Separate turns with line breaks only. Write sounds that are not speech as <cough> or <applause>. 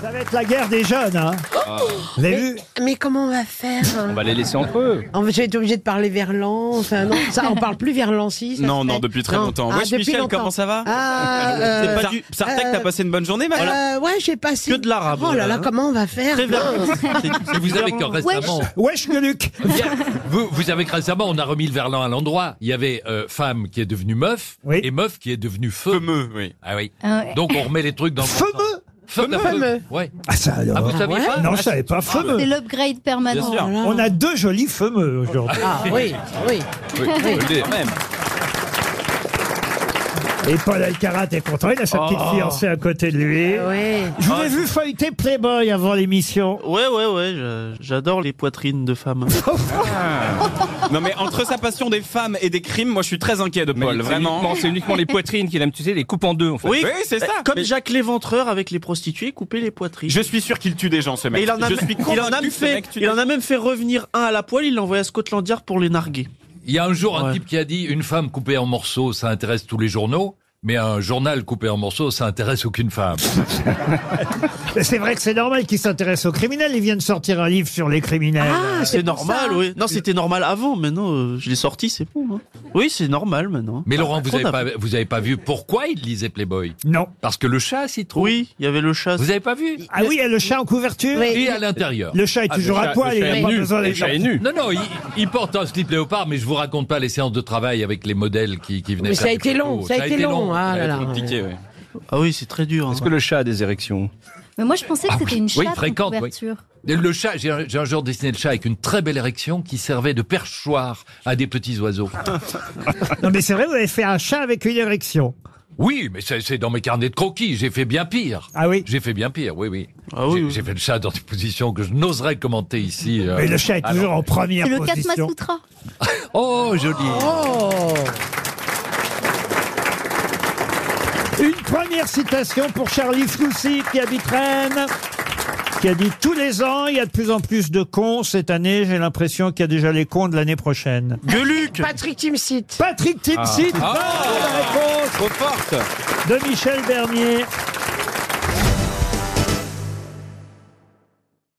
connaître la guerre des jeunes. Hein.
Ah.
Vous avez vu
Mais comment on va faire hein
On va les laisser entre eux.
On va- Je vais être obligé de parler verlan. Enfin, non, ça, on parle plus verlan si. ça
Non,
se
non,
fait. Ah,
depuis très longtemps.
Ah,
Wesh,
depuis
Michel, comment ça va
Ah,
C'est
euh,
pas du... Sartek,
euh,
t'as passé une bonne journée, madame
euh, ouais, j'ai passé.
Que de l'arabe,
Oh là
voilà,
là,
hein.
comment on va faire
Très ver-
Si vous avez que récemment,
Wesh, le Luc
Bien, vous, vous savez que récemment, on a remis le verlan à l'endroit. Il y avait euh, femme qui est devenue meuf
Oui.
et meuf qui est devenue feu.
Fameux, oui.
Ah oui.
Ah ouais.
Donc on remet les trucs dans le bon sens.
Fameux
Feu, la
Fameux.
feu. Ouais.
Ah, ça alors
Ah, vous saviez pas
Non, je savais pas. Fameux
euh,
C'est
Ah,
l'upgrade permanent.
Bien sûr.
Voilà.
On a deux jolis fameux aujourd'hui.
Oh Ah oui, oui.
Oui, quand même.
Ah.
Et Paul Alcarat est content. Il a sa
Oh.
petite fiancée à côté de lui.
Ah,
oui.
Je vous ai vu feuilleter Playboy avant l'émission. <laughs>
Ouais, ouais, ouais, je- j'adore les poitrines de femmes.
<laughs> Non, mais entre sa passion des femmes et des crimes, moi je suis très inquiet de
Mais
Paul,
c'est
vraiment.
uniquement- C'est uniquement les poitrines qu'il aime, tu sais, les coupes en deux, en fait.
Oui, c'est ça.
eh, Comme
Mais
Jacques Léventreur avec les prostituées, couper les poitrines.
Je suis sûr qu'il tue des gens, ce mec.
Et il en a,
je suis
il en a
convaincu
même
que ce
fait,
mec tue
il
des
en a même fait revenir un à la poêle, il l'a envoyé à Scotland Yard pour les narguer.
Il y a un jour un
Ouais.
type qui a dit une femme coupée en morceaux, ça intéresse tous les journaux. Mais un journal coupé en morceaux, ça intéresse aucune femme.
C'est vrai que c'est normal qu'il s'intéresse aux criminels. Il vient de sortir un livre sur les criminels.
Ah,
C'est
pour
normal,
ça.
oui. Non, c'était normal avant, maintenant, euh, je l'ai sorti, c'est bon. hein. Oui, c'est normal maintenant.
Mais Laurent, vous
Qu'on
n'avez
a-
pas, vous avez pas vu pourquoi il lisait Playboy
Non.
Parce que le chat s'y trouve.
Oui, il y avait le chat.
Vous n'avez pas vu
Ah oui, il y a le chat en couverture.
Oui.
Et à l'intérieur.
Le chat est
Ah, le
toujours
chat-
à poil.
le
Il
chat
n'a
est
pas
nu.
besoin
Le
des
chat
gens.
est nu.
Non, non, il, il porte un slip léopard, mais je vous raconte pas les séances de travail avec les modèles qui, qui venaient.
Mais
faire
ça a
des
été
photos.
long, ça a été long. Ah là là.
Compliqué, ouais.
Ah oui, c'est très dur. hein.
Est-ce que le chat a des érections
Mais moi, je pensais que
Ah
c'était
oui,
une
oui,
chatte
fréquente,
en
oui.
couverture.
Le chat, j'ai un, j'ai un jour dessiné le chat avec une très belle érection qui servait de perchoir à des petits oiseaux.
Non, mais c'est vrai, vous avez fait un chat avec une érection.
Oui, mais c'est c'est dans mes carnets de croquis, j'ai fait bien pire.
Ah oui.
J'ai fait bien pire, oui, oui.
Ah oui,
J'ai-
oui.
J'ai fait le chat dans des positions que je n'oserais commenter ici. euh.
Mais le chat est
Ah
toujours
non.
en première
C'est le
position.
Katmasutra.
Oh, joli.
Une première citation pour Charlie Floussi qui habite Rennes. Qui a dit tous les ans, il y a de plus en plus de cons. Cette année, j'ai l'impression qu'il y a déjà les cons de l'année prochaine.
Gueuluc
Patrick Timsit.
Patrick Timsit,
Ah.
bonne réponse
Trop forte
de Michel Bernier.